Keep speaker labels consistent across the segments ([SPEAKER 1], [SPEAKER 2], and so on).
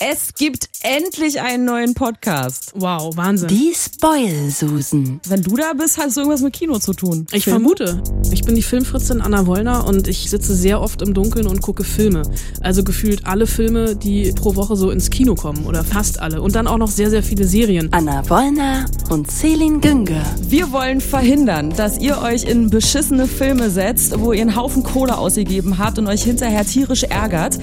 [SPEAKER 1] Es gibt endlich einen neuen Podcast.
[SPEAKER 2] Wow, Wahnsinn.
[SPEAKER 3] Die Spoil-Susen.
[SPEAKER 1] Wenn du da bist, hat es irgendwas mit Kino zu tun.
[SPEAKER 2] ich vermute. Ich bin die Filmfritzin Anna Wollner und ich sitze sehr oft im Dunkeln und gucke Filme. Also gefühlt alle Filme, die pro Woche so ins Kino kommen oder fast alle. Und dann auch noch sehr, sehr viele Serien.
[SPEAKER 3] Anna Wollner und Celine Günger.
[SPEAKER 1] Wir wollen verhindern, dass ihr euch in beschissene Filme setzt, wo ihr einen Haufen Kohle ausgegeben habt und euch hinterher tierisch ärgert.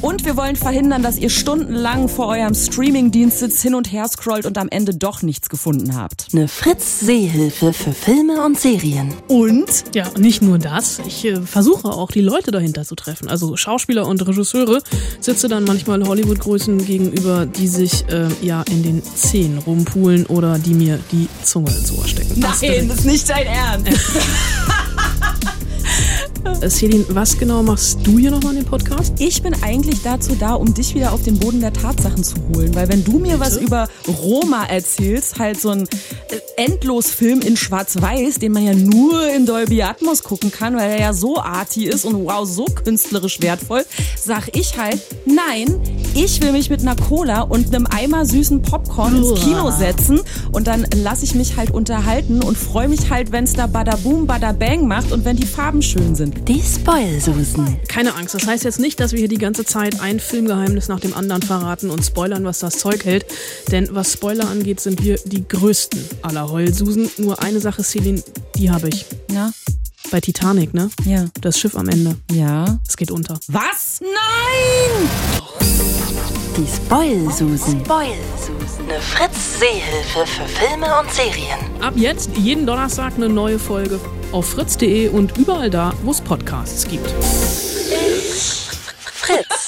[SPEAKER 1] Und wir wollen verhindern, dass ihr stundenlang vor eurem Streamingdienst sitzt, hin und her scrollt und am Ende doch nichts gefunden habt.
[SPEAKER 3] Eine Fritz-Seehilfe für Filme und Serien.
[SPEAKER 1] Und
[SPEAKER 2] Ja, und nicht nur das. Ich äh, versuche auch, die Leute dahinter zu treffen. Also Schauspieler und Regisseure sitze dann manchmal Hollywood-Größen gegenüber, die sich äh, ja in den Zehen rumpulen oder die mir die Zunge ins Ohr stecken. Das direkt.
[SPEAKER 1] ist nicht dein Ernst.
[SPEAKER 2] Äh, Celine, was genau machst du hier nochmal in dem Podcast?
[SPEAKER 1] Ich bin eigentlich dazu da, um dich wieder auf den Boden der Tatsachen zu holen. Weil wenn du mir was über Roma erzählst, halt so ein äh, Endlosfilm in Schwarz-Weiß, den man ja nur in Dolby Atmos gucken kann, weil er ja so arty ist und wow, so künstlerisch wertvoll, sag ich halt, nein, ich will mich mit einer Cola und einem Eimer süßen Popcorn ins Kino setzen und dann lasse ich mich halt unterhalten und freue mich halt, wenn es da Badaboom, Badabang macht und wenn die Farben schön sind.
[SPEAKER 3] Die Spoil-Susen.
[SPEAKER 2] Keine Angst, das heißt jetzt nicht, dass wir hier die ganze Zeit ein Filmgeheimnis nach dem anderen verraten und spoilern, was das Zeug hält. Denn was Spoiler angeht, sind wir die größten aller Heulsusen. Nur eine Sache, Celine, die habe ich.
[SPEAKER 1] Na?
[SPEAKER 2] Bei Titanic, ne?
[SPEAKER 1] Ja.
[SPEAKER 2] Das Schiff am Ende.
[SPEAKER 1] Ja.
[SPEAKER 2] Es geht unter.
[SPEAKER 1] Was? Nein!
[SPEAKER 3] Die Spoil-Susen. Eine Fritz-Seehilfe für Filme und Serien.
[SPEAKER 2] Ab jetzt jeden Donnerstag eine neue Folge auf fritz.de und überall da, wo es Podcasts gibt.
[SPEAKER 3] Fritz.